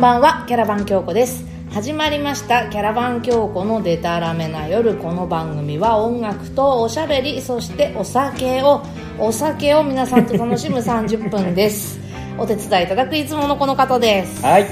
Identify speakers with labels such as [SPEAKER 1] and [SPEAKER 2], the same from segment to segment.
[SPEAKER 1] ばんはキャラバン京子です始まりましたキャラバン京子のデタラメな夜この番組は音楽とおしゃべりそしてお酒をお酒を皆さんと楽しむ30分です お手伝いいただくいつものこの方です
[SPEAKER 2] はい。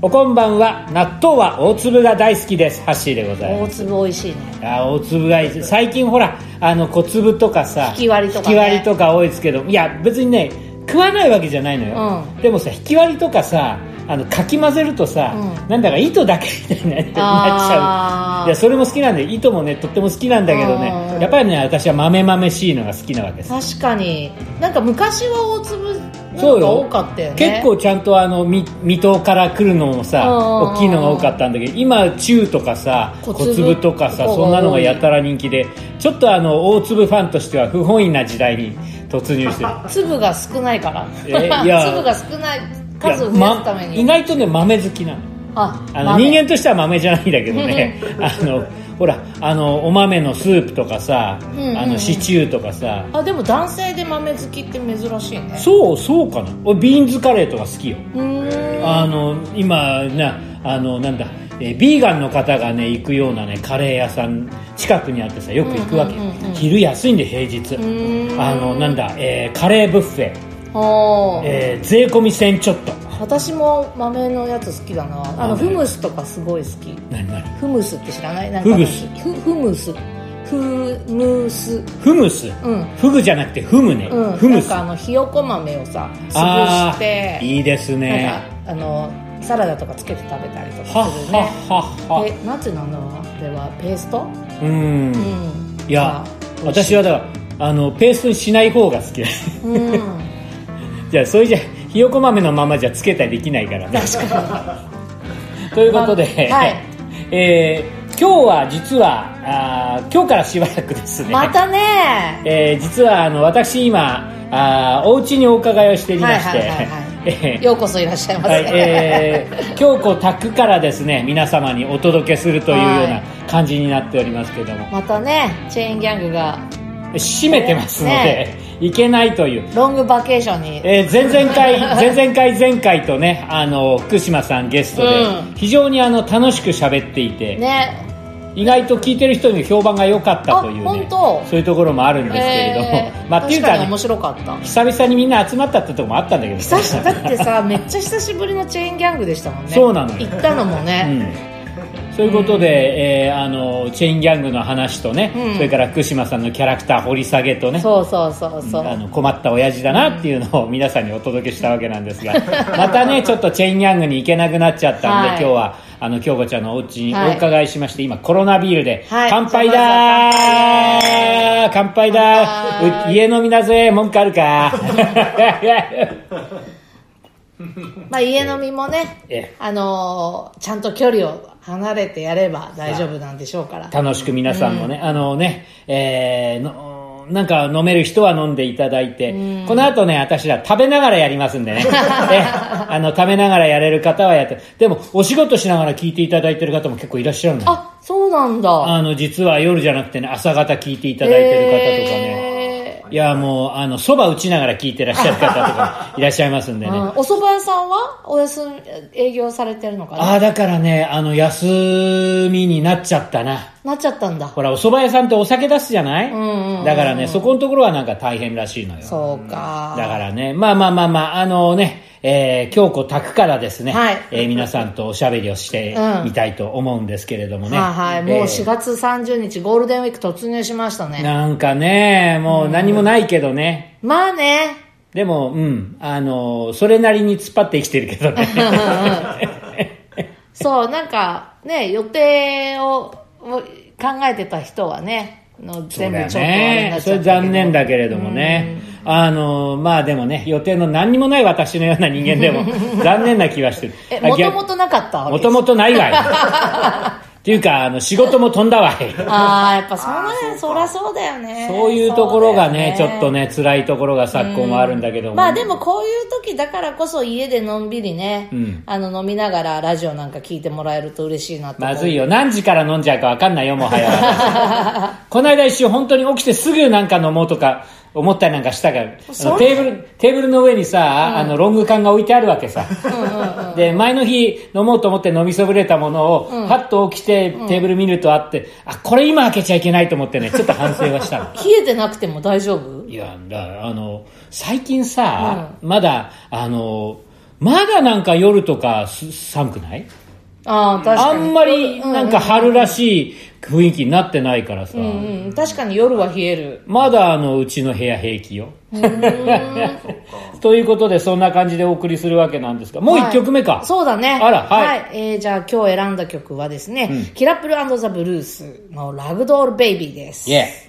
[SPEAKER 2] おこんばんは。納豆は大粒が大好きです。ハッシーでございま
[SPEAKER 1] 大
[SPEAKER 2] す。
[SPEAKER 1] 粒美味しいね
[SPEAKER 2] あー大粒がいいです最近ほらあの小粒とかさ
[SPEAKER 1] 引き割りとかね
[SPEAKER 2] 引き割りとか多いですけどいや別にね食わないわけじゃないのよ、
[SPEAKER 1] う
[SPEAKER 2] でもさ引き割りとかさあのかき混ぜるとさ、
[SPEAKER 1] うん
[SPEAKER 2] なんだか糸だけみたいになっち
[SPEAKER 1] あー
[SPEAKER 2] ゃういやそれも好きなんで糸もねとっても好きなんだけど
[SPEAKER 1] うん
[SPEAKER 2] ねやっぱりね私は豆々しいのが好きなわけです
[SPEAKER 1] 確かになんか昔は大粒な
[SPEAKER 2] そ
[SPEAKER 1] ん
[SPEAKER 2] う
[SPEAKER 1] か
[SPEAKER 2] よ
[SPEAKER 1] 多かったよね
[SPEAKER 2] 結構ちゃんとあのみ水戸から来るのもさ
[SPEAKER 1] うん
[SPEAKER 2] 大きいのが多かったんだけど今中とかさ
[SPEAKER 1] 小
[SPEAKER 2] 小
[SPEAKER 1] 粒
[SPEAKER 2] 粒とかさ
[SPEAKER 1] 小粒が多い
[SPEAKER 2] そんなのがやたら人気でちょっとあの大粒ファンとしては不本意な時代に突入してる
[SPEAKER 1] 粒が少ないから
[SPEAKER 2] えいや
[SPEAKER 1] 粒が少ない 数を
[SPEAKER 2] い
[SPEAKER 1] 増
[SPEAKER 2] や
[SPEAKER 1] や
[SPEAKER 2] ます
[SPEAKER 1] ために、
[SPEAKER 2] 意外とね豆好きなの
[SPEAKER 1] あ
[SPEAKER 2] あの
[SPEAKER 1] 豆
[SPEAKER 2] 人間としては豆じゃないんだけど ねあのほらあのお豆のスープとかさ、
[SPEAKER 1] うんうんうん
[SPEAKER 2] あのシチューとかさ
[SPEAKER 1] あでも男性で豆好きって珍しいね
[SPEAKER 2] そうそうかな俺ビーンズカレーとか好きよ
[SPEAKER 1] うーん
[SPEAKER 2] あの今なあのなんだえービーガンの方がね行くようなねカレー屋さん近くにあってさよく行くわけ、
[SPEAKER 1] うんうんうんうん
[SPEAKER 2] 昼安いんで平日
[SPEAKER 1] うーん
[SPEAKER 2] あのなんだ、えーカレーブッフェ、
[SPEAKER 1] おー
[SPEAKER 2] えー税込み1000ちょっと
[SPEAKER 1] 私も豆のやつ好きだなあの
[SPEAKER 2] 豆
[SPEAKER 1] フムスとかすごい好き
[SPEAKER 2] 何何
[SPEAKER 1] フムスって知らないなんか
[SPEAKER 2] フグス
[SPEAKER 1] フフムスフムス
[SPEAKER 2] フムス
[SPEAKER 1] うん
[SPEAKER 2] フグじゃなくてフムね、
[SPEAKER 1] うん、
[SPEAKER 2] フム
[SPEAKER 1] なん
[SPEAKER 2] ス
[SPEAKER 1] かあのひよこ豆をさ潰
[SPEAKER 2] あ
[SPEAKER 1] し
[SPEAKER 2] ー
[SPEAKER 1] て
[SPEAKER 2] いいです
[SPEAKER 1] なん
[SPEAKER 2] ね
[SPEAKER 1] かあのサラダとかつけて食べたりと
[SPEAKER 2] は
[SPEAKER 1] か
[SPEAKER 2] っ
[SPEAKER 1] する
[SPEAKER 2] はっ
[SPEAKER 1] ね
[SPEAKER 2] はっは
[SPEAKER 1] えなんてなんだろうあれはペースト
[SPEAKER 2] うん
[SPEAKER 1] うん
[SPEAKER 2] いや私はだからあのペーストにしない方が好き
[SPEAKER 1] うん
[SPEAKER 2] じゃあそれじゃひよこ豆のままじゃつけたりできないからね
[SPEAKER 1] 確か
[SPEAKER 2] ということで、
[SPEAKER 1] まはい
[SPEAKER 2] えー今日は実はあー今日からしばらくですね、
[SPEAKER 1] にまた ね
[SPEAKER 2] えー実はあの私今あーお家にお伺いをしていまして
[SPEAKER 1] はいはいはいはい
[SPEAKER 2] えー
[SPEAKER 1] ようこそいらっしゃいませ、
[SPEAKER 2] はいえー京子宅からですね皆様にお届けするというよう
[SPEAKER 1] は
[SPEAKER 2] ない感じになっておりますけども
[SPEAKER 1] またねチェーンギャングが
[SPEAKER 2] 閉めてますので、
[SPEAKER 1] ね
[SPEAKER 2] いけないという
[SPEAKER 1] ロングバケーションに
[SPEAKER 2] えー前々回前々回前回とねあの福島さんゲストで、
[SPEAKER 1] うん
[SPEAKER 2] 非常にあの楽しく喋っていて、
[SPEAKER 1] ね
[SPEAKER 2] 意外と聞いてる人に評判が良かったという
[SPEAKER 1] あ
[SPEAKER 2] ね
[SPEAKER 1] 本当
[SPEAKER 2] そういうところもあるんですけれども、
[SPEAKER 1] えー
[SPEAKER 2] まあってい
[SPEAKER 1] 確
[SPEAKER 2] うか,、
[SPEAKER 1] か
[SPEAKER 2] ね
[SPEAKER 1] に面白かった
[SPEAKER 2] 久々にみんな集まったってとこもあったんだけどね
[SPEAKER 1] 久しだって さめっちゃ久しぶりのチェーンギャングでしたもんね
[SPEAKER 2] そうなの
[SPEAKER 1] 行
[SPEAKER 2] よ
[SPEAKER 1] ったのも
[SPEAKER 2] う
[SPEAKER 1] ね、
[SPEAKER 2] んそういうことで、えーあのチェインギャングの話とね、
[SPEAKER 1] うん
[SPEAKER 2] それから福島さんのキャラクター掘り下げとね
[SPEAKER 1] そうそうそうそう、
[SPEAKER 2] あの困った親父だなっていうのを皆さんにお届けしたわけなんですが またねちょっとチェインギャングに行けなくなっちゃったんで、
[SPEAKER 1] はい
[SPEAKER 2] 今日はあの京子ちゃんのお家に
[SPEAKER 1] はい
[SPEAKER 2] お伺いしまして、今コロナビールで、
[SPEAKER 1] はい
[SPEAKER 2] 乾杯だー乾杯だ
[SPEAKER 1] 乾
[SPEAKER 2] ー
[SPEAKER 1] 杯
[SPEAKER 2] う家飲みだぜ文句ある か
[SPEAKER 1] まあ、家飲みもね、
[SPEAKER 2] ええ
[SPEAKER 1] あのーちゃんと距離を離れてやれば大丈夫なんでしょうから
[SPEAKER 2] 楽しく皆さんもね、あのね、えーのなんか飲める人は飲んでいただいて、この後ね、私ら食べながらやりますんでね。ねあの、食べながらやれる方はやって、でも、お仕事しながら聞いていただいてる方も結構いらっしゃるのよ。
[SPEAKER 1] あそうなんだ
[SPEAKER 2] あの、実は夜じゃなくてね、朝方聞いてい
[SPEAKER 1] い
[SPEAKER 2] ただいてる方とかね。
[SPEAKER 1] え
[SPEAKER 2] いや、もう、あの、蕎麦打ちながら聞いてらっしゃる方とかいらっしゃいますんで
[SPEAKER 1] ー
[SPEAKER 2] ね。
[SPEAKER 1] うんお蕎麦屋さんはお休み営業されてるのかな
[SPEAKER 2] ああ、だからね、あの、休みになっちゃったな。
[SPEAKER 1] なっちゃったんだ
[SPEAKER 2] ほら、お蕎麦屋さんってお酒出すじゃない、
[SPEAKER 1] んうんうん
[SPEAKER 2] だからね、そこのところはなんか大変らしいのよ。
[SPEAKER 1] そうか
[SPEAKER 2] だからね、まあまあまあまあ、あのね、えー、京子宅からですね、
[SPEAKER 1] はい
[SPEAKER 2] えー皆さんとおしゃべりをして
[SPEAKER 1] うん
[SPEAKER 2] みたいと思うんですけれどもね。
[SPEAKER 1] はいはい、もう
[SPEAKER 2] えー
[SPEAKER 1] 4月30日、ゴールデンウィーク突入しましたね。
[SPEAKER 2] なんかね、もう何もないけどね。
[SPEAKER 1] まあね、
[SPEAKER 2] でも、うん、あの、それなりに突っ張って生きてるけど ね。
[SPEAKER 1] そう、なんかね、予定をを考えてた人はね、の全部ちょっとあれになっ
[SPEAKER 2] そ
[SPEAKER 1] ちゃったけ
[SPEAKER 2] れ
[SPEAKER 1] ど
[SPEAKER 2] 残念だけれどもね。あの、まあでもね、予定の何にもない私のような人間 でも残念な気はしてる。
[SPEAKER 1] え、
[SPEAKER 2] あ
[SPEAKER 1] もと
[SPEAKER 2] 逆
[SPEAKER 1] もとなかったわけ
[SPEAKER 2] もともとないわい。っていうか、あの、仕事も飛んだわい。
[SPEAKER 1] ああ、やっぱそんなそらそうだよね。
[SPEAKER 2] そういうところがね、ち
[SPEAKER 1] そう
[SPEAKER 2] ょ
[SPEAKER 1] だ
[SPEAKER 2] っ
[SPEAKER 1] よ
[SPEAKER 2] とね、辛いところが昨今はあるんだけども。
[SPEAKER 1] まあでもこういう時だからこそ家でのんびりね、
[SPEAKER 2] うん
[SPEAKER 1] あの飲みながらラジオなんか聞いてもらえると嬉しいなと思う
[SPEAKER 2] まずいよ。何時から 飲んじゃうか分かんないよ、もはや。この間一瞬本当に起きてすぐなんか飲もうとか、思ったりなんかしたから、あ
[SPEAKER 1] そ
[SPEAKER 2] の
[SPEAKER 1] う
[SPEAKER 2] テーブル、テーブルの上にさ、あの、ロング缶が置いてあるわけさ。で、前の日飲もうと思って飲みそぶれたものを、はっと起きてテーブル見るとあって、あ、これ今開けちゃいけないと思ってね、ちょっと反省はしたの。
[SPEAKER 1] 冷えてなくても大丈夫
[SPEAKER 2] いや、だから、あの、最近さ、まだ、あの、まだなんか夜とかす寒くない
[SPEAKER 1] ああ、確
[SPEAKER 2] あ
[SPEAKER 1] かに。
[SPEAKER 2] んまりなんか春らしい雰囲気になってないからさ、
[SPEAKER 1] うんうん、確かに夜は冷える。
[SPEAKER 2] まだあのうちの部屋平気よ。 ということでそんな感じでお送りするわけなんですがもう
[SPEAKER 1] は
[SPEAKER 2] 1
[SPEAKER 1] い
[SPEAKER 2] 曲目か、
[SPEAKER 1] そうだね。
[SPEAKER 2] あらはい
[SPEAKER 1] えーじゃあ今日選んだ曲はですね、キラプルザ・ブルースのラグドール・ベイビーです。
[SPEAKER 2] イエー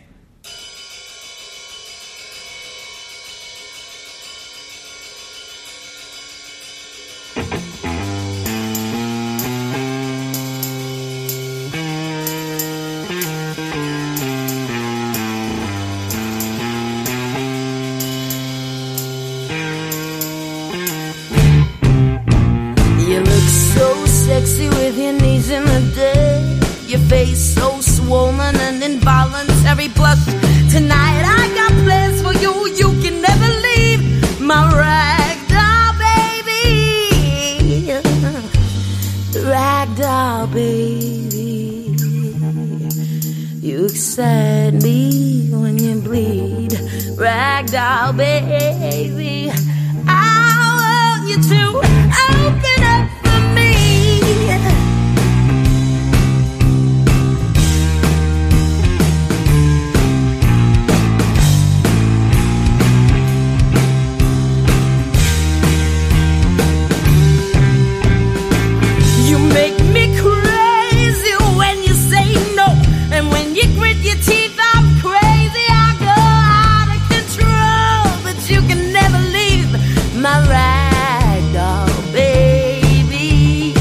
[SPEAKER 3] You look so sexy with your knees in the dirt. Your face so swollen and involuntary. Plus, tonight I got plans for you. You can never leave my ragdoll baby. Ragdoll baby. You excite me when you bleed. Ragdoll baby. I want you to open up for me. You make me crazy when you say no. And when you grit your teeth, I'm crazy. I go out of control. But you can never leave my ragdoll, baby.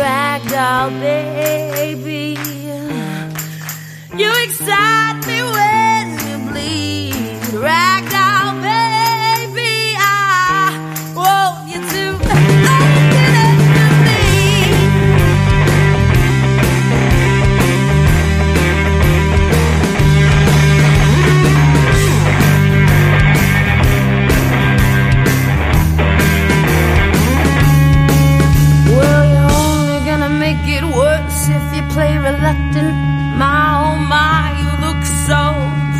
[SPEAKER 3] Ragdoll, baby. You excite me when you bleed. Ragdoll, baby. I want you to open up to me. Well, you're only gonna make it worse if you play reluctant. My oh my, you look so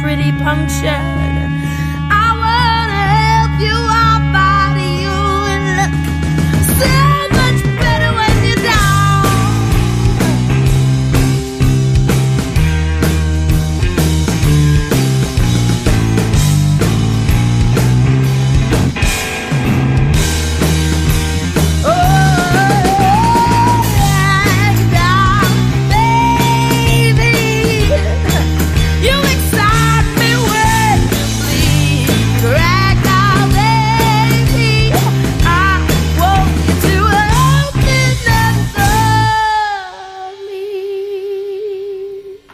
[SPEAKER 3] pretty punctured. I wanna help you out, body you and look so much better when you're down. Oh, ragdoll, baby, you excite me when you bleed. Ragdoll, baby, I want you to open up for me.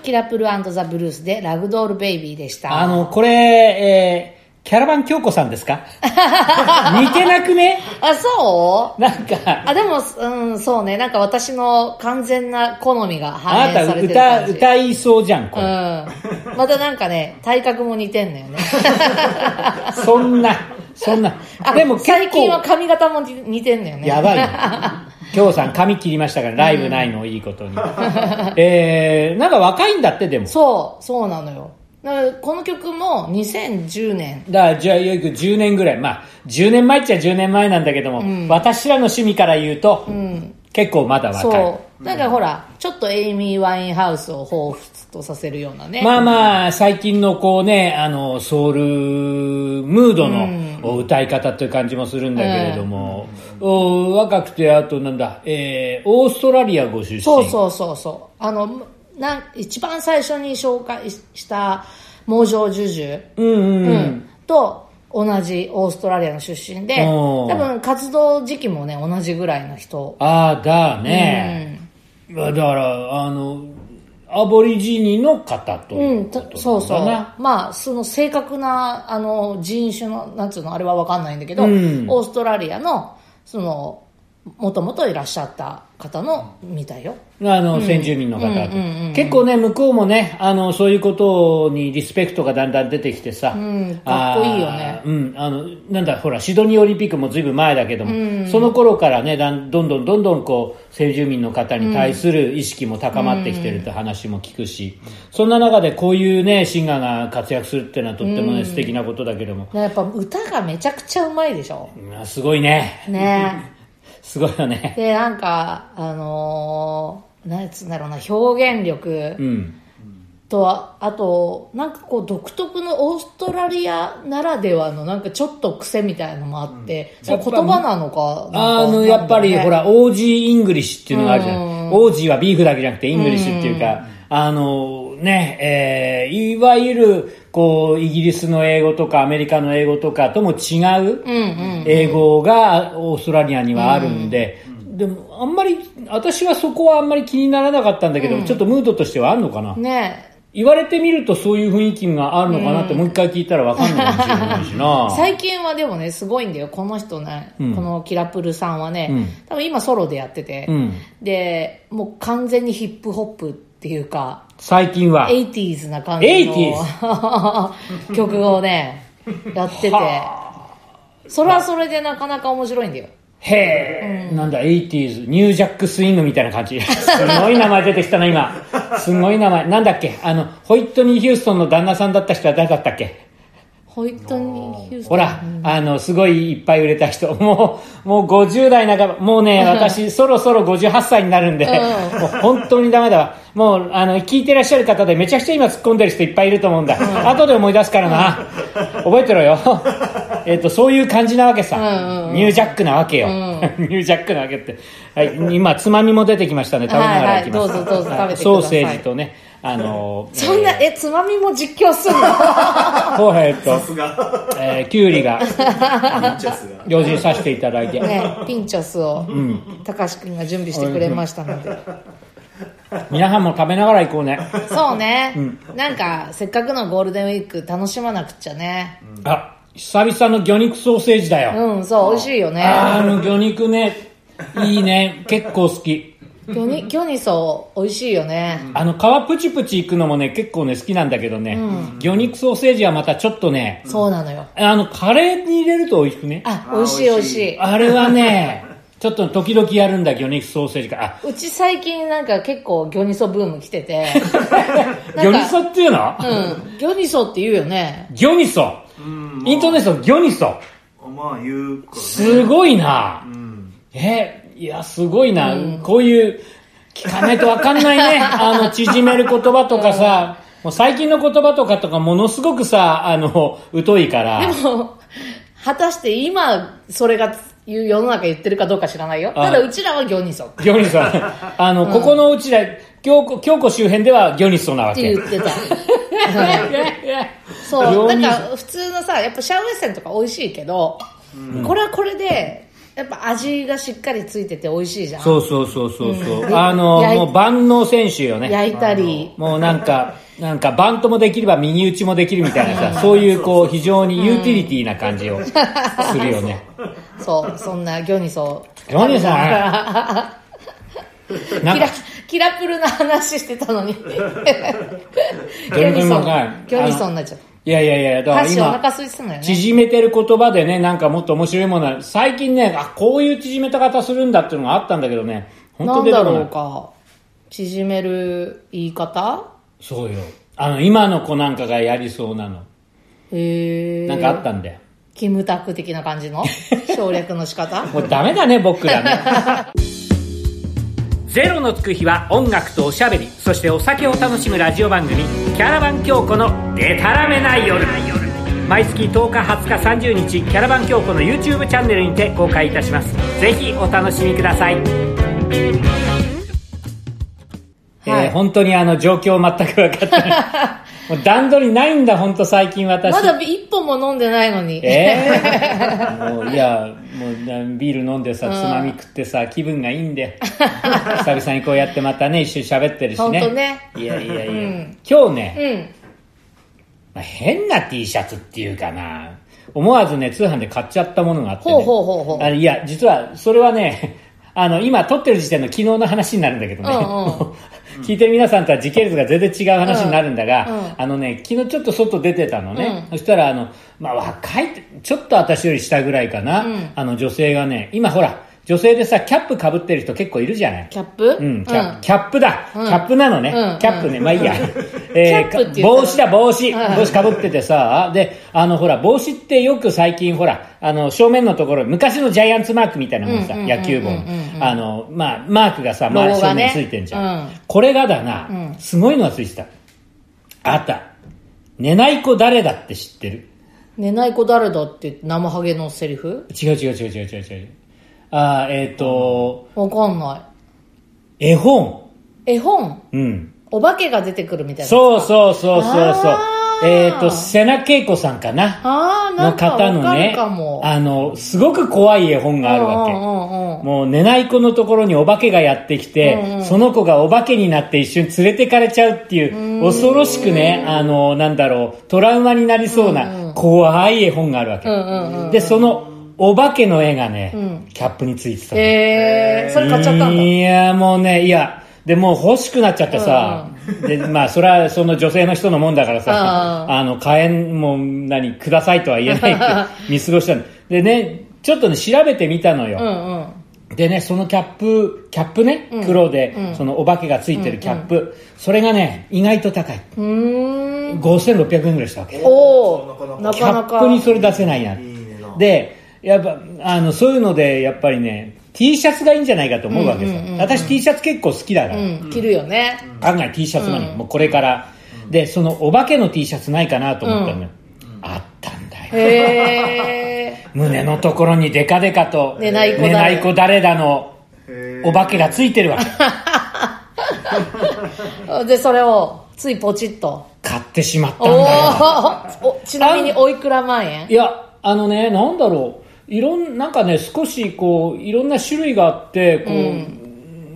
[SPEAKER 1] キラプルザ・ブルースでラグドール・ベイビーでした。
[SPEAKER 2] あのこれ、えーキャラバン京子さんです か似てなくね
[SPEAKER 1] あ、そう
[SPEAKER 2] なんか
[SPEAKER 1] あ、でも、うん、そうね。なんか私の完全な好みが
[SPEAKER 2] あ
[SPEAKER 1] 反
[SPEAKER 2] な
[SPEAKER 1] 映
[SPEAKER 2] た
[SPEAKER 1] されてる感
[SPEAKER 2] 歌
[SPEAKER 1] じ。
[SPEAKER 2] 歌いそうじゃんこれ、
[SPEAKER 1] うん。またなんかね、体格も似てんのよね。
[SPEAKER 2] そんなそんな
[SPEAKER 1] あ
[SPEAKER 2] でも結構
[SPEAKER 1] 最近は髪型も似似てんのよね。
[SPEAKER 2] や ばいよ。今日さん髪切りましたから、ライブないのをいいことに。えー、なんか若いんだって、でも。
[SPEAKER 1] そう、そうなのよ。だからこの曲も2010年。
[SPEAKER 2] だから、じゃあ、よく10年ぐらい。まあ、10年前っちゃ10年前なんだけども、私らの趣味から言うと、結構まだ若い。
[SPEAKER 1] そう。だからほら、ちょっとエイミー・ワインハウスを彷彿とさせるようなね。
[SPEAKER 2] まあまあ、最近のこうね、あの、ソウルムードの歌い方という感じもするんだけれども、お若くて、あとなんだ、えー、オーストラリアご出身。
[SPEAKER 1] そうそうそうそう。あの、なん一番最初に紹介しした、猛獣ジュジュ、
[SPEAKER 2] うんうん。
[SPEAKER 1] うんと同じオーストラリアの出身で、
[SPEAKER 2] お
[SPEAKER 1] 多
[SPEAKER 2] ー
[SPEAKER 1] 分活動時期もね、同じぐらいの人。
[SPEAKER 2] ああ、だね。まあだから、あの、アボリジニの方と
[SPEAKER 1] う
[SPEAKER 2] い
[SPEAKER 1] ん、
[SPEAKER 2] うことと
[SPEAKER 1] そうそう
[SPEAKER 2] なんだな。。
[SPEAKER 1] まあ、その正確な、あの、人種の、なんつうの、あれはわかんないんだけど、
[SPEAKER 2] うん
[SPEAKER 1] オーストラリアの、その、もともといらっしゃった方のみたいよ。
[SPEAKER 2] あの、先住民の方、
[SPEAKER 1] うんうんうん
[SPEAKER 2] 結構ね、向こうもね、あの、そういうことにリスペクトがだんだん出てきてさ。
[SPEAKER 1] んかっこいいよね
[SPEAKER 2] あーうん、あの、なんだ、ほら、シドニーオリンピックもずいぶん前だけども、その頃からね、だんどんどんどんどんこう、先住民の方に対する意識も高まってきてるって話も聞くし、そんな中でこういうね、シンガーが活躍するっていうのはとってもね、素敵なことだけども、
[SPEAKER 1] やっぱ歌がめちゃくちゃうまいでしょ。
[SPEAKER 2] うんすごいね。
[SPEAKER 1] ね
[SPEAKER 2] すごい よね。
[SPEAKER 1] で、なんか、あのー、なんつうんだろうな、表現力
[SPEAKER 2] うん。
[SPEAKER 1] とは、あと、なんかこう、独特のオーストラリアならではの、なんかちょっと癖みたいなのもあって、それ言葉なのかなん
[SPEAKER 2] あ
[SPEAKER 1] か
[SPEAKER 2] の、やっぱり、
[SPEAKER 1] なんだろうね
[SPEAKER 2] ほら、オージーイングリッシュっていうのがあるじゃ
[SPEAKER 1] う
[SPEAKER 2] ない。オージーはビーフだけじゃなくて、イングリッシュっていうか、あの、ね、えーいわゆる、こう、イギリスの英語とか、アメリカの英語とかとも違う、英語がオーストラリアにはあるんで、でも、あんまり、私はそこはあんまり気にならなかったんだけど、ちょっとムードとしてはあるのかな
[SPEAKER 1] ね
[SPEAKER 2] 言われてみるとそういう雰囲気があるのかなって、もう一回聞いたらわかんないかもしれないしな。
[SPEAKER 1] 最近はでもね、すごいんだよ。この人ね、
[SPEAKER 2] ん
[SPEAKER 1] このキラプルさんはね、
[SPEAKER 2] うん
[SPEAKER 1] 多分今ソロでやってて、
[SPEAKER 2] うん
[SPEAKER 1] で、もう完全にヒップホップっていうか、
[SPEAKER 2] 最近は。
[SPEAKER 1] 80s な感じの 曲をね、やってて、それはそれでなかなか面白いんだよ。
[SPEAKER 2] へえ、なんだ、80s、ニュージャックスイングみたいな感じ。すごい名前出てきたな、今。すごい名前。なんだっけあの、ホイットニー・ヒューストンの旦那さんだった人は誰だったっけ
[SPEAKER 1] ホイットニー・ヒューストン
[SPEAKER 2] ほら、あの、すごいいっぱい売れた人。 もう、もう50代半ば、もうね、私、そろそろ58歳になるんで、
[SPEAKER 1] う
[SPEAKER 2] もう本当にダメだわ。もう、あの、聞いてらっしゃる方でめちゃくちゃ今突っ込んでる人いっぱいいると思うんだ。後で思い出すからな。覚えてろ よ。えっと、そういう感じなわけさ。
[SPEAKER 1] うんうん
[SPEAKER 2] ニュージャックなわけよ。
[SPEAKER 1] うん
[SPEAKER 2] ニュージャックなわけって。はい、今、つまみも出てきましたね。食べながらいきます。
[SPEAKER 1] はいはいどうぞどうぞ食べてください、
[SPEAKER 2] はソーセージとね、あの
[SPEAKER 1] そんな、
[SPEAKER 2] え
[SPEAKER 1] え、つまみも実況すん の
[SPEAKER 2] ー、こうえっと
[SPEAKER 4] さ、すが。
[SPEAKER 2] えー、きゅうりが、
[SPEAKER 4] さすが。
[SPEAKER 2] 用心させていただいて。
[SPEAKER 1] ね、ピンチョスを、たかしくんが準備してくれましたので。
[SPEAKER 2] 皆さんも食べながら行こうね。
[SPEAKER 1] そうね、なんか、せっかくのゴールデンウィーク楽しまなくっちゃね。
[SPEAKER 2] あ、久々の魚肉ソーセージだよ。
[SPEAKER 1] うん、そう、美味しいよね。
[SPEAKER 2] あーあの魚肉ね、いいね。結構好き。
[SPEAKER 1] 魚に、魚にそう、美味しいよね。
[SPEAKER 2] あの皮プチプチいくのもね、結構ね、好きなんだけどね、魚肉ソーセージはまたちょっとね、
[SPEAKER 1] そうなのよ。
[SPEAKER 2] あの、カレーに入れると美味しくね。
[SPEAKER 1] あ、
[SPEAKER 4] あ
[SPEAKER 1] 美味しい美
[SPEAKER 4] 美
[SPEAKER 1] 味
[SPEAKER 4] 味
[SPEAKER 1] し
[SPEAKER 4] しい
[SPEAKER 1] い。
[SPEAKER 2] あれはね、ちょっと時々やるんだ、魚肉ソーセージが。
[SPEAKER 1] うち最近なんか結構魚にそブーム来て て。
[SPEAKER 2] あ、魚肉ソっていうの、
[SPEAKER 1] うん。魚にそって言うよね。
[SPEAKER 2] 魚肉ソ。
[SPEAKER 4] うん。
[SPEAKER 2] イントネーション、魚肉ソ。
[SPEAKER 4] まあ、言うかね。
[SPEAKER 2] すごいな。
[SPEAKER 4] うん。
[SPEAKER 2] えいや、すごいな。こういう、聞かないとわかんない ね。あの、縮める言葉とかさ、もう最近の言葉とかとかものすごくさ、あの、疎いから。
[SPEAKER 1] で も、果たして今、それが言う世の中言ってるかどうか知らないよ。
[SPEAKER 2] あ
[SPEAKER 1] ただうちらは魚にそっ
[SPEAKER 2] ギョニソン。あの、ここのうちら、京子、京子周辺ではギョニソンなわ
[SPEAKER 1] て
[SPEAKER 2] け。
[SPEAKER 1] 言ってた。 そう。なんか普通のさ、やっぱシャウエッセンとか美味しいけど、これはこれで、やっぱ味がしっかりついてて美味しいじゃん。
[SPEAKER 2] そうそうそうそうそう。
[SPEAKER 1] うん
[SPEAKER 2] あの、
[SPEAKER 1] 焼い
[SPEAKER 2] もう万能選手よね。
[SPEAKER 1] 焼いたり。
[SPEAKER 2] もうなんか、なんかバントもできれば右打ちもできるみたいなさ、そういうこう非常にユーティリティな感じをするよね。
[SPEAKER 1] そう、そんな魚にそう。
[SPEAKER 2] 魚 にそう なん
[SPEAKER 1] キラ
[SPEAKER 2] か、
[SPEAKER 1] キラ プルな話してた のに。魚に
[SPEAKER 2] 然
[SPEAKER 1] そう
[SPEAKER 2] わかんない。
[SPEAKER 1] 魚にそうになっちゃっ
[SPEAKER 2] いやいやいや、だ
[SPEAKER 1] た。
[SPEAKER 2] から
[SPEAKER 1] 箸お腹空い
[SPEAKER 2] 今、
[SPEAKER 1] てたのよね。
[SPEAKER 2] 縮めてる言葉でね、なんかもっと面白いものは、最近ね、あ、こういう縮めた方するんだっていうのがあったんだけどね、本
[SPEAKER 1] な
[SPEAKER 2] 当
[SPEAKER 1] ん
[SPEAKER 2] 出て
[SPEAKER 1] だ
[SPEAKER 2] こな
[SPEAKER 1] ろう
[SPEAKER 2] い。
[SPEAKER 1] か。縮める言い方
[SPEAKER 2] そうよ。あの、今の子なんかがやりそうなの。
[SPEAKER 1] へえ。
[SPEAKER 2] なんかあったんだよ。
[SPEAKER 1] キムタク的な感じ の省略の仕方
[SPEAKER 2] もうダメだね、僕らね。 ゼロのつく日は音楽とおしゃべり、そしてお酒を楽しむラジオ番組、キャラバン京子のデタラメな夜。毎月10日、20日、30日、キャラバン京子の YouTube チャンネルにて公開いたします。ぜひお楽しみください。
[SPEAKER 1] はい
[SPEAKER 2] えー本当にあの状況全く分かって ない。もう段取りないんだ、本当最近私。
[SPEAKER 1] まだ一本も飲んでないのに。
[SPEAKER 2] え ーもういやもうなビール飲んでさつまみ食ってさ、気分がいいんで 久々にこうやってまたね一緒に喋ってるしね
[SPEAKER 1] ほんとね
[SPEAKER 2] いやいやいや、
[SPEAKER 1] ん
[SPEAKER 2] 今日 ね、
[SPEAKER 1] うん。
[SPEAKER 2] まあ変な T シャツっていうかな思わずね通販で買っちゃったものがあって、ね、
[SPEAKER 1] ほうほうほうほう
[SPEAKER 2] あれいや実はそれはね あの、今撮ってる時点の昨日の話になるんだけどね。
[SPEAKER 1] うんうん
[SPEAKER 2] 聞いてる皆さんとは時系列が全然違う話になるんだが、
[SPEAKER 1] うんうん
[SPEAKER 2] あのね、昨日ちょっと外出てたのね。
[SPEAKER 1] うん
[SPEAKER 2] そしたら、あの、まあ、若い、ちょっと私より下ぐらいかな、
[SPEAKER 1] うん
[SPEAKER 2] あの女性がね、今ほら、女性でさ、キャップ被ってる人結構いるじゃない
[SPEAKER 1] キャップ
[SPEAKER 2] うん、キャップキャップだ、キャップなのね、
[SPEAKER 1] うん
[SPEAKER 2] キャップね、まあいいや、
[SPEAKER 1] キャップって言うから
[SPEAKER 2] 帽子だ、帽子、
[SPEAKER 1] はい
[SPEAKER 2] 帽子かぶっててさ、で、あのほら、帽子ってよく最近、ほら、あの正面のところ、昔のジャイアンツマークみたいなもんさ、
[SPEAKER 1] うんうんうんうんうん
[SPEAKER 2] 野球帽の、あのまあ、マークがさ、
[SPEAKER 1] ロゴ
[SPEAKER 2] 周り正
[SPEAKER 1] がね
[SPEAKER 2] 面ついてんじゃん、
[SPEAKER 1] うん
[SPEAKER 2] これがだな、
[SPEAKER 1] うん
[SPEAKER 2] すごいのがついてた、あった、寝ない子誰だって知ってる、
[SPEAKER 1] 寝ない子誰だって生ハゲのセリフ
[SPEAKER 2] 違う違う違う違う違う違う、あーえっ、と、
[SPEAKER 1] わかんな
[SPEAKER 2] 絵本、
[SPEAKER 1] い絵本
[SPEAKER 2] うん。
[SPEAKER 1] お化けが出てくるみたいな
[SPEAKER 2] そうそうそうそうそう
[SPEAKER 1] あ。ー
[SPEAKER 2] えっ、と、瀬名恵子さんかな
[SPEAKER 1] ああな
[SPEAKER 2] の
[SPEAKER 1] んか
[SPEAKER 2] 方
[SPEAKER 1] わ
[SPEAKER 2] の
[SPEAKER 1] か
[SPEAKER 2] ね
[SPEAKER 1] るかも、
[SPEAKER 2] あの、すごく怖い絵本がある
[SPEAKER 1] うんう
[SPEAKER 2] わ
[SPEAKER 1] んうんうん
[SPEAKER 2] け。もう寝ない子のところにお化けがやってきて、
[SPEAKER 1] うんうん
[SPEAKER 2] その子がお化けになって一瞬連れてかれちゃうっていう、恐ろしくね、あの、なんだろう、トラウマになりそうな怖い絵本があるわけ。
[SPEAKER 1] うんうんうん
[SPEAKER 2] で、そのお化けの絵がね、
[SPEAKER 1] うん
[SPEAKER 2] キャップについてたの。
[SPEAKER 1] えー、それ買っちゃったんだ
[SPEAKER 2] いやもうねいやでもう欲しくなっちゃってさ、でまあそれはその女性の人のもんだからさ、
[SPEAKER 1] うん
[SPEAKER 2] あの買えんもう何くださいとは言えない って見過ごしたのでねちょっとね調べてみたのよ、
[SPEAKER 1] うんうん
[SPEAKER 2] でね、そのキャップ、キャップね、
[SPEAKER 1] うん
[SPEAKER 2] 黒で、
[SPEAKER 1] うん
[SPEAKER 2] そのお化けがついてるキャップ、それがね、意外と高い。
[SPEAKER 1] うーん
[SPEAKER 2] 5600円ぐらいしたわけ。
[SPEAKER 1] お
[SPEAKER 4] なか
[SPEAKER 1] お
[SPEAKER 4] なか
[SPEAKER 1] な
[SPEAKER 2] キ
[SPEAKER 1] か
[SPEAKER 2] ャ
[SPEAKER 1] な
[SPEAKER 2] ップ
[SPEAKER 1] か
[SPEAKER 2] にそれ出せないな。
[SPEAKER 4] いいねな
[SPEAKER 2] で、やっぱ、あの、そういうので、やっぱりね、T シャツがいいんじゃないかと思うわけさ。
[SPEAKER 1] うんうんうんうん
[SPEAKER 2] 私 T シャツ結構好きだから、
[SPEAKER 1] うん着るよね
[SPEAKER 2] 案外 T シャツマニア、もうこれから、で、そのお化けの T シャツないかなと思ったのよ。あったんだよ。
[SPEAKER 1] へえ
[SPEAKER 2] 胸のところにデカデカと、
[SPEAKER 1] 寝ない子だ
[SPEAKER 2] 子誰だの、
[SPEAKER 4] へー
[SPEAKER 2] お化けがついてる わけ。
[SPEAKER 1] でそれをついポチッと
[SPEAKER 2] 買ってしまったん
[SPEAKER 1] お
[SPEAKER 2] だよ。
[SPEAKER 1] ーお ちなみにおいくら万円
[SPEAKER 2] いや、あのね、なんだろう。いろん、なんかね、少しこう、いろんな種類があって、こ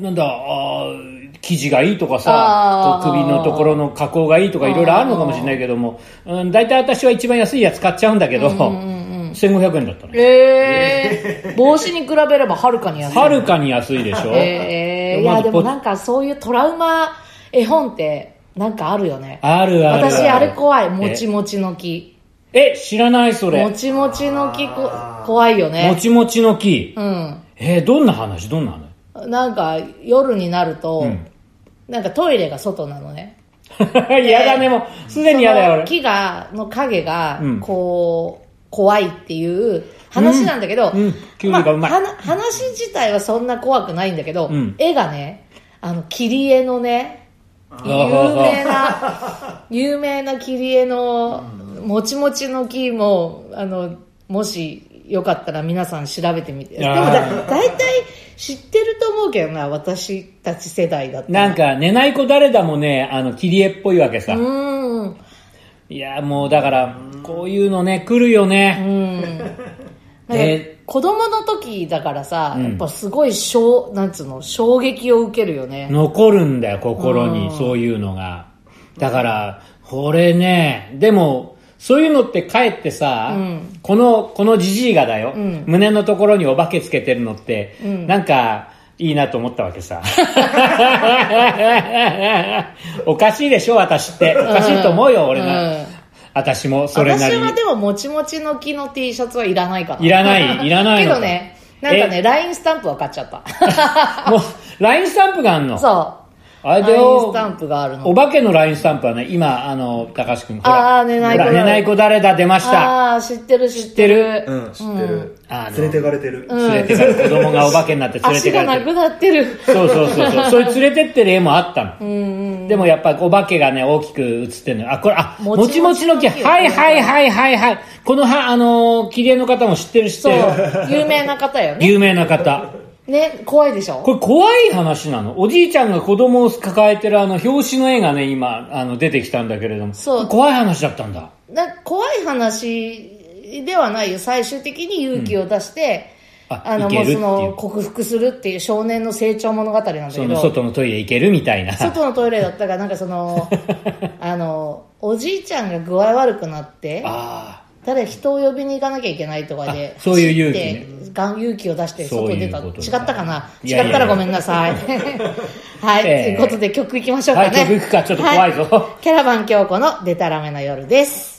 [SPEAKER 2] う、なんだ、あー生地がいいとかさ
[SPEAKER 1] あ、ー
[SPEAKER 2] こう首のところの加工がいいとかいろいろあるのかもしれないけども、うん、大体私は一番安いやつ買っちゃうんだけど、1500円だったね。
[SPEAKER 1] ええ帽子に比べればはるかに安い
[SPEAKER 2] はるかに安いでしょ、
[SPEAKER 1] ええい
[SPEAKER 2] まず
[SPEAKER 1] やで
[SPEAKER 2] ポ
[SPEAKER 1] もなんかそういうトラウマ絵本ってなんかあるよね
[SPEAKER 2] あるあるる。
[SPEAKER 1] 私あれ怖いもちもちの木
[SPEAKER 2] え、え知らないそれ。
[SPEAKER 1] も
[SPEAKER 2] もち
[SPEAKER 1] ちもちの木こ怖いよね
[SPEAKER 2] もちの木。
[SPEAKER 1] うん
[SPEAKER 2] えーどんな話どんな話
[SPEAKER 1] なんか夜になると、
[SPEAKER 2] んなん
[SPEAKER 1] なんかトイレが外なのね
[SPEAKER 2] 嫌だね、もう、すでに嫌だよ、
[SPEAKER 1] その
[SPEAKER 2] 俺。
[SPEAKER 1] 木がの影が
[SPEAKER 2] うん
[SPEAKER 1] こう、怖いっていう話なんだけど、
[SPEAKER 2] うんうんキュウリがうまい
[SPEAKER 1] あはな話自体はそんな怖くないんだけど、
[SPEAKER 2] うん
[SPEAKER 1] 絵がねあの切り絵のね有名な有名な切り絵のもちもちの木もあのもしよかったら皆さん調べてみてでもだ
[SPEAKER 2] あー
[SPEAKER 1] 大体知ってると思うけどな私たち世代だって
[SPEAKER 2] なんか、寝ない子誰だもね、あの、切り絵っぽいわけさ。
[SPEAKER 1] うん
[SPEAKER 2] いや、もうだから、こういうのね、来るよね。
[SPEAKER 1] なんか
[SPEAKER 2] え
[SPEAKER 1] 子供の時だからさ、
[SPEAKER 2] ん
[SPEAKER 1] やっぱすごい衝なんつうの衝撃を受けるよね。
[SPEAKER 2] 残るんだよ、心
[SPEAKER 1] う
[SPEAKER 2] に、
[SPEAKER 1] ん
[SPEAKER 2] そういうのが。だから、これね、でも、そういうのってかえってさ、
[SPEAKER 1] うん
[SPEAKER 2] この、このじじいがだよ、
[SPEAKER 1] ん
[SPEAKER 2] 胸のところにお化けつけてるのって、
[SPEAKER 1] ん
[SPEAKER 2] なんか、いいなと思ったわけさ。 おかしいでしょ、私って。おかしいと思うよ、俺な。
[SPEAKER 1] うん
[SPEAKER 2] 私も、それな
[SPEAKER 1] 私
[SPEAKER 2] りに。
[SPEAKER 1] はでももちもちの木の T シャツはいらないかな。
[SPEAKER 2] いらないいらな い
[SPEAKER 1] け
[SPEAKER 2] のか
[SPEAKER 1] どね、なんかね、ラインスタンプは買っちゃった。
[SPEAKER 2] もう、LINE スタンプがあんの
[SPEAKER 1] そ
[SPEAKER 2] あ
[SPEAKER 1] う。
[SPEAKER 2] れだ
[SPEAKER 1] ライン
[SPEAKER 2] よ
[SPEAKER 1] スタンプがあるの
[SPEAKER 2] お。化けの LINE スタンプはね、今、あの、高橋くん、ほ
[SPEAKER 1] あー寝ない子
[SPEAKER 2] ほら
[SPEAKER 1] 誰だ
[SPEAKER 2] 寝ない子誰だ出ました。
[SPEAKER 1] ああー、知ってる知ってる。
[SPEAKER 4] うん知ってる
[SPEAKER 2] あの
[SPEAKER 4] 連れてかれてる
[SPEAKER 1] ん
[SPEAKER 2] 連れてかれて、子供がお化けになって連 れ
[SPEAKER 1] 足
[SPEAKER 2] て
[SPEAKER 1] が
[SPEAKER 2] かれ
[SPEAKER 1] な
[SPEAKER 2] てる。
[SPEAKER 1] くなってる。
[SPEAKER 2] そうそうそ うそう。そういう連れてってる絵もあったの。
[SPEAKER 1] うん
[SPEAKER 2] でもやっぱお化けがね、大きく映ってるのよ。あ、これ、あ、
[SPEAKER 1] も
[SPEAKER 2] もち
[SPEAKER 1] ち
[SPEAKER 2] も
[SPEAKER 1] も
[SPEAKER 2] ち
[SPEAKER 1] ち
[SPEAKER 2] の
[SPEAKER 1] の
[SPEAKER 2] 木。
[SPEAKER 1] 木
[SPEAKER 2] はいはいはいはいはい。このは、あのー、切り絵の方も知ってる知っ
[SPEAKER 1] そう
[SPEAKER 2] てる。。
[SPEAKER 1] 有名な方よね。
[SPEAKER 2] 有名な方。
[SPEAKER 1] ね、怖いでしょ
[SPEAKER 2] これ怖い話なのおじいちゃんが子供を抱えてるあの表紙の絵がね、今、あの、出てきたんだけれども。
[SPEAKER 1] そう
[SPEAKER 2] 怖い話だったんだ。
[SPEAKER 1] な怖い話ではないよ最終的に勇気を出して、
[SPEAKER 2] うんあ
[SPEAKER 1] あの
[SPEAKER 2] いける
[SPEAKER 1] も
[SPEAKER 2] っ
[SPEAKER 1] う
[SPEAKER 2] てい
[SPEAKER 1] そ
[SPEAKER 2] う
[SPEAKER 1] の克服するっていう少年の成長物語なんだ
[SPEAKER 2] そ
[SPEAKER 1] け
[SPEAKER 2] の
[SPEAKER 1] ど
[SPEAKER 2] 外のトイレ行けるみたいな。
[SPEAKER 1] 外のトイレだったからなんかそ のあのおじいちゃんが具合悪くなって
[SPEAKER 2] あ
[SPEAKER 1] 誰人を呼びに行かなきゃいけないとかで
[SPEAKER 2] あそういう勇気ね
[SPEAKER 1] 走ってがん勇気を出して外に出た
[SPEAKER 2] そういうこと
[SPEAKER 1] 違
[SPEAKER 2] です
[SPEAKER 1] ったかない
[SPEAKER 2] やいや
[SPEAKER 1] 違ったらごめんな さいはい、
[SPEAKER 2] ええ
[SPEAKER 1] ということで曲いきましょうかね、
[SPEAKER 2] はい曲いくかちょっと怖いぞ
[SPEAKER 1] はキャラバン京子の「でたらめな夜」です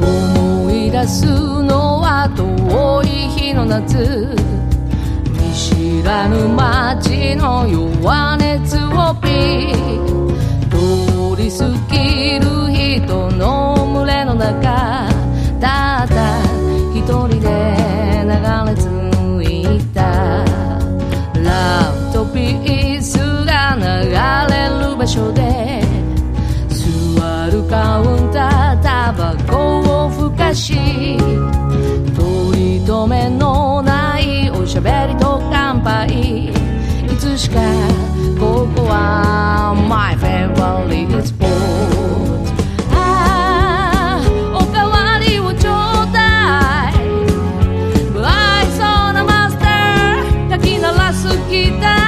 [SPEAKER 3] 思い出すのは遠い日の夏見知らぬ街の弱熱をピー通り過ぎる人の群れの中ただ一人で流れ着いたラブとピースが流れる場所で座るカウンタータバコをふかし取り留めのないおしゃべりと乾杯いつしかここは My favorite spot ああおかわりをちょうだい不愛想なマスターかき鳴らすギタ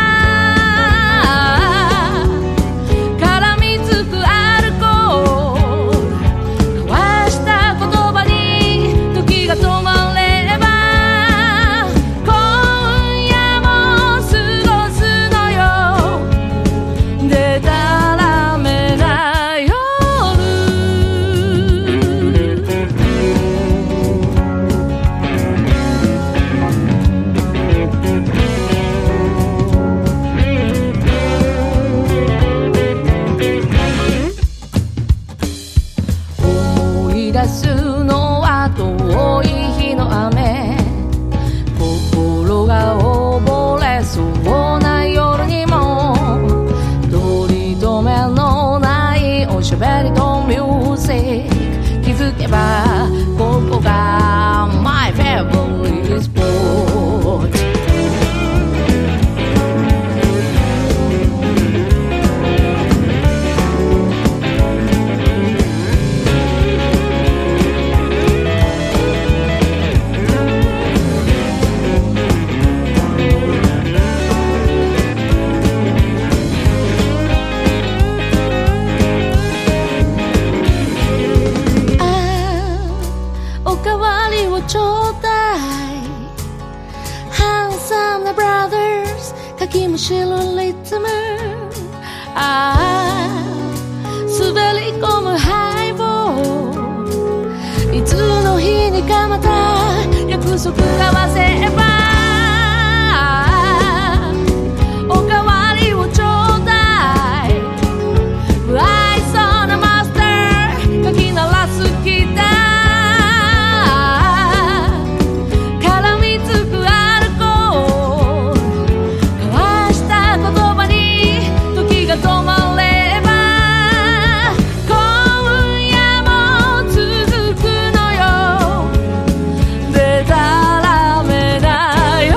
[SPEAKER 3] ー絡みつくアルコール交わした言葉に時が止まれば今夜も過ごすのよでたらめな夜思い出すのは遠い日の雨心が溺れそうな夜にも取り留めのないおしゃべりとミュージック気づけばここが My favorite spot ああおかわりをちょうだいハンサムなブラザーズかきむしるリズムああ滑り込むハイボールいつの日にかまた約束交わせばおかわりをちょうだい不愛想なマスターかき鳴らすギター絡みつくアルコール交わした言葉に時が止まれば今夜も続くのよでたらめな夜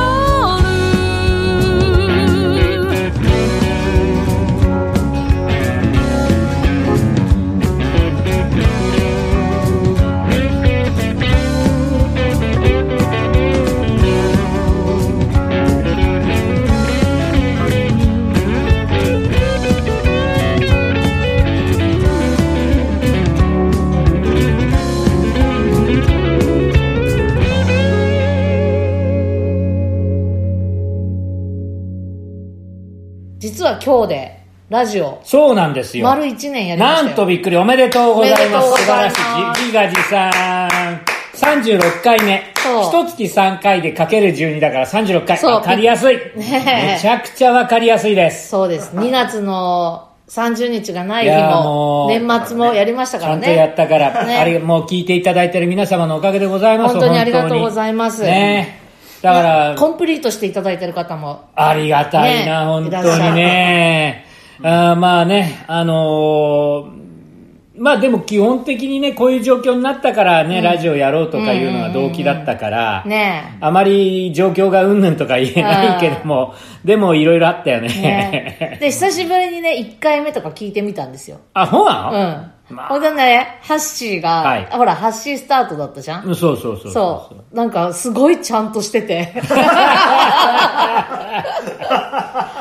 [SPEAKER 1] 実は今日でラジオ
[SPEAKER 2] そうなんですよ。
[SPEAKER 1] 丸1年やりました
[SPEAKER 2] な
[SPEAKER 1] よ
[SPEAKER 2] んとびっくりおめでとうございま
[SPEAKER 1] おめでと
[SPEAKER 2] す。
[SPEAKER 1] うご
[SPEAKER 2] 素晴
[SPEAKER 1] ざいま
[SPEAKER 2] らし
[SPEAKER 1] す
[SPEAKER 2] い。自画自賛。36回目。
[SPEAKER 1] そう
[SPEAKER 2] 一月3回でかける12だから36回。
[SPEAKER 1] そう
[SPEAKER 2] わかりやすい。
[SPEAKER 1] ねえ
[SPEAKER 2] めちゃくちゃわかりやすいです。
[SPEAKER 1] そうです2月の30日がない日
[SPEAKER 2] いや
[SPEAKER 1] も
[SPEAKER 2] もう
[SPEAKER 1] 年末もやりました
[SPEAKER 2] ち
[SPEAKER 1] から
[SPEAKER 2] ゃん
[SPEAKER 1] ね
[SPEAKER 2] とやったから、
[SPEAKER 1] ね
[SPEAKER 2] あれ、もう聞いていただいてる皆様のおかげでございます。
[SPEAKER 1] 本当にありがとうございます
[SPEAKER 2] ねえだから、
[SPEAKER 1] コンプリートしていただいてる方も
[SPEAKER 2] ありがたい
[SPEAKER 1] ね
[SPEAKER 2] な、本
[SPEAKER 1] いらっし
[SPEAKER 2] 当
[SPEAKER 1] ゃ
[SPEAKER 2] に
[SPEAKER 1] る
[SPEAKER 2] ね。あーまあね、あのーまあでも基本的にね、こういう状況になったからね、ラジオやろうとかいうのが動機だったから、
[SPEAKER 1] ね
[SPEAKER 2] あまり状況がうんぬんとか言えないけども、でもいろいろあったよね。
[SPEAKER 1] え。ねえで、久しぶりにね、1回目とか聞いてみたんですよ。
[SPEAKER 2] あ、ほう
[SPEAKER 1] う
[SPEAKER 2] な
[SPEAKER 1] ん。
[SPEAKER 2] の、まあ
[SPEAKER 1] ほんでね、ハッシーが、
[SPEAKER 2] はい
[SPEAKER 1] あほら、ハッシースタートだったじゃん
[SPEAKER 2] うん、そうそうそう。
[SPEAKER 1] そうう。なんか、すごいちゃんとして て。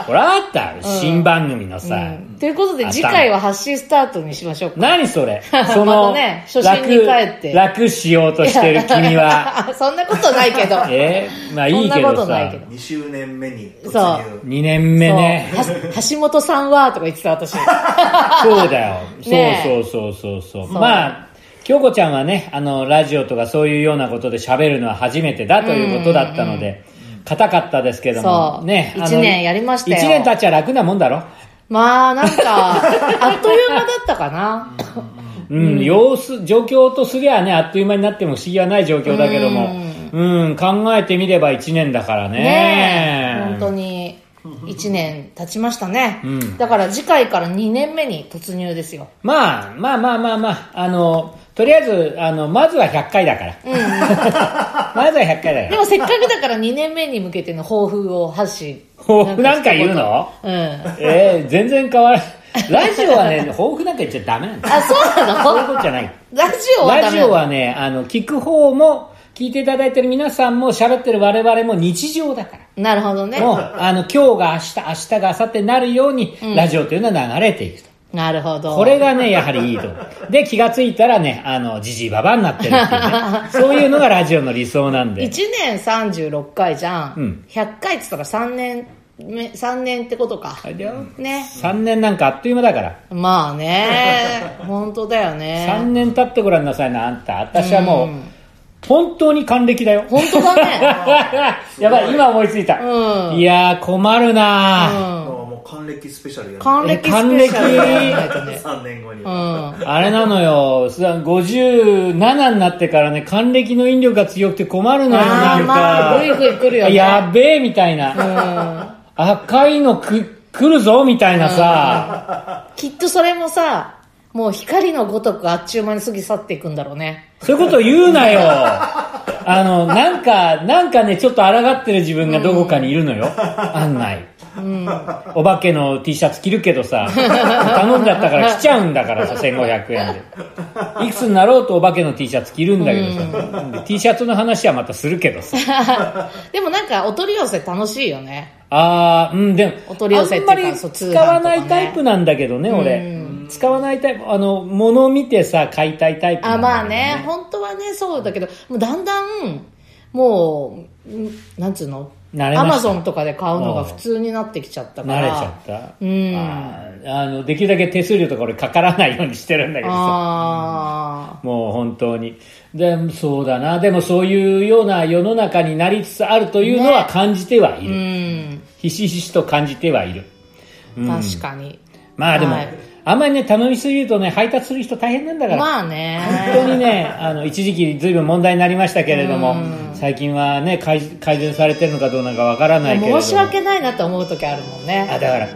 [SPEAKER 2] ほらあった、新番組のさ、
[SPEAKER 1] うんということで、次回はハッシースタートにしましょうか。
[SPEAKER 2] 何 それそ
[SPEAKER 1] ま
[SPEAKER 2] の、
[SPEAKER 1] たね初心に帰って
[SPEAKER 2] 楽、楽しようとしてる 君は。。
[SPEAKER 1] そんなことないけど。
[SPEAKER 2] えーまあいい
[SPEAKER 1] そ
[SPEAKER 2] け
[SPEAKER 1] んなこ
[SPEAKER 2] ど
[SPEAKER 1] とない
[SPEAKER 2] さ
[SPEAKER 1] け、ど。
[SPEAKER 4] 2周年目に突
[SPEAKER 1] そう
[SPEAKER 4] 入
[SPEAKER 2] 2年目ね。
[SPEAKER 1] そうは橋本さんはとか言ってた私。
[SPEAKER 2] そうだよ。
[SPEAKER 1] ね
[SPEAKER 2] そうそうそうそうそう。
[SPEAKER 1] そう
[SPEAKER 2] まあ、京子ちゃんはね、あの、ラジオとかそういうようなことで喋るのは初めてだということだったので、硬かったですけども、
[SPEAKER 1] そう
[SPEAKER 2] ね。あの
[SPEAKER 1] 一年やりましたよ
[SPEAKER 2] 一年経っちゃ楽なもんだろ。
[SPEAKER 1] まあ なんか、あっという間だったかな。
[SPEAKER 2] うん、様子、状況とすりゃね、あっという間になっても不思議はない状況だけども、うん、考えてみれば一年だからね。
[SPEAKER 1] ねえ。本当に。1年経ちましたね、
[SPEAKER 2] ん
[SPEAKER 1] だから次回から2年目に突入ですよ。
[SPEAKER 2] まあ、まあまあまあまあ、あの、とりあえず、あの、まずは100回だから。 まずは100回だ
[SPEAKER 1] で
[SPEAKER 2] よ。
[SPEAKER 1] もせっかくだから2年目に向けての抱負を発信。
[SPEAKER 2] 抱負なんか言うの
[SPEAKER 1] うん。
[SPEAKER 2] えー、全然変わらない。ラジオはね、抱負なんか言っちゃダメなんだよ。
[SPEAKER 1] あ、そうな
[SPEAKER 2] そうい
[SPEAKER 1] の
[SPEAKER 2] うことじゃない。
[SPEAKER 1] ラジオはダメ
[SPEAKER 2] ラジオはね、あの、聞く方も、聞いていただいてる皆さんも、喋ってる我々も日常だから。
[SPEAKER 1] なるほどね。
[SPEAKER 2] もう、あの、今日が明日、明日が明後日になるように、ラジオというのは流れていくと。
[SPEAKER 1] なるほど。
[SPEAKER 2] これがね、やはりいいと思う。で、気がついたらね、あの、じじいばばになってるっていう ね。そういうのがラジオの理想なんで。
[SPEAKER 1] 1年36回じゃん、
[SPEAKER 2] うん
[SPEAKER 1] 100回って言ったら3年目3年ってことか
[SPEAKER 2] あれだよ
[SPEAKER 1] ね
[SPEAKER 2] 3年なんかあっという間だから。
[SPEAKER 1] まあ ね本当だよ
[SPEAKER 2] 3
[SPEAKER 1] ね
[SPEAKER 2] 年経ってごらんなさいな、あんた。私はもう、本当に還暦だよ。
[SPEAKER 1] 本当だね
[SPEAKER 2] やばい、今思いついた。
[SPEAKER 1] うん
[SPEAKER 2] いやー、困るな
[SPEAKER 4] あもう還暦スペシャルやる
[SPEAKER 1] 還暦スペシャルやらないと ね
[SPEAKER 4] 3年後に
[SPEAKER 1] うん
[SPEAKER 2] あれなのよ、さ57になってからね、還暦の引力が強くて困るのよ、
[SPEAKER 1] あ
[SPEAKER 2] な
[SPEAKER 1] ー
[SPEAKER 2] ん
[SPEAKER 1] まあ
[SPEAKER 2] か。
[SPEAKER 1] ぐいぐい来るよね
[SPEAKER 2] やべえ、みたいな。赤いのく、来るぞ、みたいなさ。
[SPEAKER 1] きっとそれもさもう光のごとくあっちゅう間に過ぎ去っていくんだろう ね
[SPEAKER 2] そういうこと言うなよ。あの、なんか、なんかね、ちょっと抗ってる自分がどこかにいるのよ。案内。お化けの T シャツ着るけどさ、頼んじゃったから来ちゃうんだ からさ、1500円で。いくつになろうとお化けの T シャツ着るんだけどさ、で T シャツの話はまたするけどさ。
[SPEAKER 1] でもなんかお取り寄せ楽しいよね
[SPEAKER 2] あー、うん、でも、
[SPEAKER 1] お取り寄せっていうか
[SPEAKER 2] あんまり
[SPEAKER 1] そう
[SPEAKER 2] 使
[SPEAKER 1] 通販とかね
[SPEAKER 2] わないタイプなんだけどね、俺。使わないタイプ、あの、物を見てさ、買いたいタイプな
[SPEAKER 1] あ
[SPEAKER 2] んだけど。
[SPEAKER 1] まあね本当はねそうだけどもうだんだんもうんなんつうの
[SPEAKER 2] 慣れました
[SPEAKER 1] アマゾンとかで買うのが普通になってきちゃったか
[SPEAKER 2] 慣
[SPEAKER 1] ら
[SPEAKER 2] れちゃった。
[SPEAKER 1] うん
[SPEAKER 2] あーあの、できるだけ手数料とか俺かからないようにしてるんだけどさ。
[SPEAKER 1] あ
[SPEAKER 2] もう本当に。で、そうだな。でもそういうような世の中になりつつあるというのは
[SPEAKER 1] ね
[SPEAKER 2] 感じてはい
[SPEAKER 1] あう
[SPEAKER 2] る。
[SPEAKER 1] ん
[SPEAKER 2] ひしひしと感じてはいる。
[SPEAKER 1] 確かに
[SPEAKER 2] まあでも、
[SPEAKER 1] はい
[SPEAKER 2] あんまりね、頼みすぎるとね、配達する人大変なんだから。
[SPEAKER 1] まあ
[SPEAKER 2] 本当
[SPEAKER 1] ね
[SPEAKER 2] にね、あの、一時期ずいぶん問題になりましたけれども、最近はね、改改善されてるのかどうなのかわからないけれども。
[SPEAKER 1] 申し訳ないなって思う時あるもん
[SPEAKER 2] あ、
[SPEAKER 1] ね
[SPEAKER 2] だから、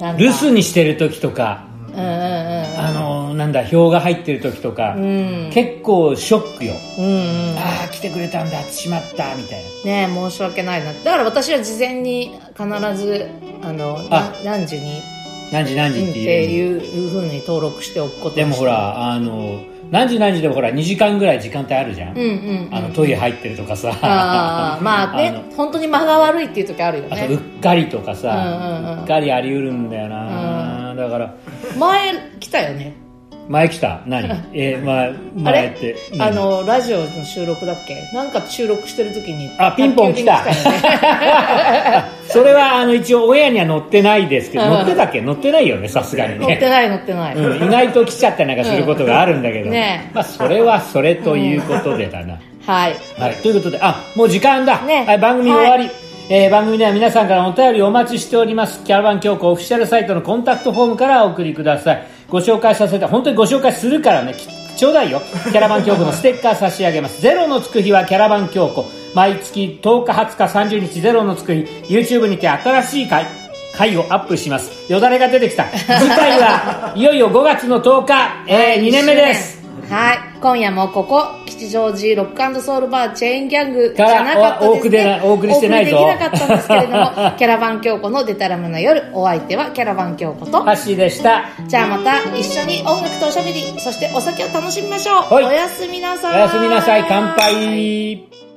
[SPEAKER 1] なんか
[SPEAKER 2] 留守にしてる時とか、
[SPEAKER 1] うんうんうん
[SPEAKER 2] あのなんだ票が入ってる時とか、
[SPEAKER 1] ん
[SPEAKER 2] 結構ショックよ、
[SPEAKER 1] うんうん
[SPEAKER 2] ああ来てくれたんだしまったみたい
[SPEAKER 1] ね
[SPEAKER 2] な
[SPEAKER 1] え申し訳ないなだから私は事前に必ずあの
[SPEAKER 2] あ
[SPEAKER 1] な何時に
[SPEAKER 2] 何時何時
[SPEAKER 1] う
[SPEAKER 2] っ
[SPEAKER 1] んって
[SPEAKER 2] いう
[SPEAKER 1] ていういうふうに登録しておくこと
[SPEAKER 2] で
[SPEAKER 1] に
[SPEAKER 2] も
[SPEAKER 1] して
[SPEAKER 2] ほらあの何時何時でもほら2時間ぐらい時間帯あるじゃん、
[SPEAKER 1] うんうんうん
[SPEAKER 2] あのトイレ入ってるとかさ
[SPEAKER 1] あーまあ
[SPEAKER 2] あの
[SPEAKER 1] ね本当に間が悪いっていう時あるよ
[SPEAKER 2] あとうっ
[SPEAKER 1] ね
[SPEAKER 2] かりとかさ、
[SPEAKER 1] うんうんうん
[SPEAKER 2] っかりありうるんだよな、だから
[SPEAKER 1] 前来たよね
[SPEAKER 2] 前来た何 えー、前
[SPEAKER 1] あ
[SPEAKER 2] 前
[SPEAKER 1] れ
[SPEAKER 2] って
[SPEAKER 1] あ
[SPEAKER 2] 何
[SPEAKER 1] のラジオの収録だっけなんか収録してる時に
[SPEAKER 2] あピンポン来た
[SPEAKER 1] 宅急便来たよね
[SPEAKER 2] それはあの一応親には乗ってないですけど、
[SPEAKER 1] うん
[SPEAKER 2] 乗ってたっけ乗ってないよねさすがに ね
[SPEAKER 1] 乗ってない乗ってない、
[SPEAKER 2] うん、意外と来ちゃったりなんかすることがあるんだけど、
[SPEAKER 1] うんねえ
[SPEAKER 2] まあそれはそれということでだな、
[SPEAKER 1] はい
[SPEAKER 2] はい、ということであもう時間だ、
[SPEAKER 1] ね
[SPEAKER 2] はい、番組終わり、えー番組では皆さんからお便りお待ちしておりますキャラバン教皇オフィシャルサイトのコンタクトフォームからお送りくださいご紹介させて本当にご紹介するからねきちょうだいよキャラバン 教皇のステッカー差し上げますゼロのつく日はキャラバン教皇毎月10日20日30日ゼロのつく日 YouTube にて新しい回回をアップします。よだれが出て きた。次回はいよいよ5月の10日、えー、2年目です。
[SPEAKER 1] はい今夜もここ吉祥寺ロックソウルバーチェーンギャングじ
[SPEAKER 2] から
[SPEAKER 1] ゃなかった
[SPEAKER 2] おお
[SPEAKER 1] です
[SPEAKER 2] 送りで
[SPEAKER 1] ね
[SPEAKER 2] なお送りしてないぞ
[SPEAKER 1] お送りできなかったんですけれども キャラバン京子のデタラメな夜お相手はキャラバン京子と
[SPEAKER 2] ハッシーでした。
[SPEAKER 1] じゃあまた一緒に音楽とおしゃべりそしてお酒を楽しみましょう、
[SPEAKER 2] はい
[SPEAKER 1] おやすみなさい
[SPEAKER 2] おやすみなさい。乾杯。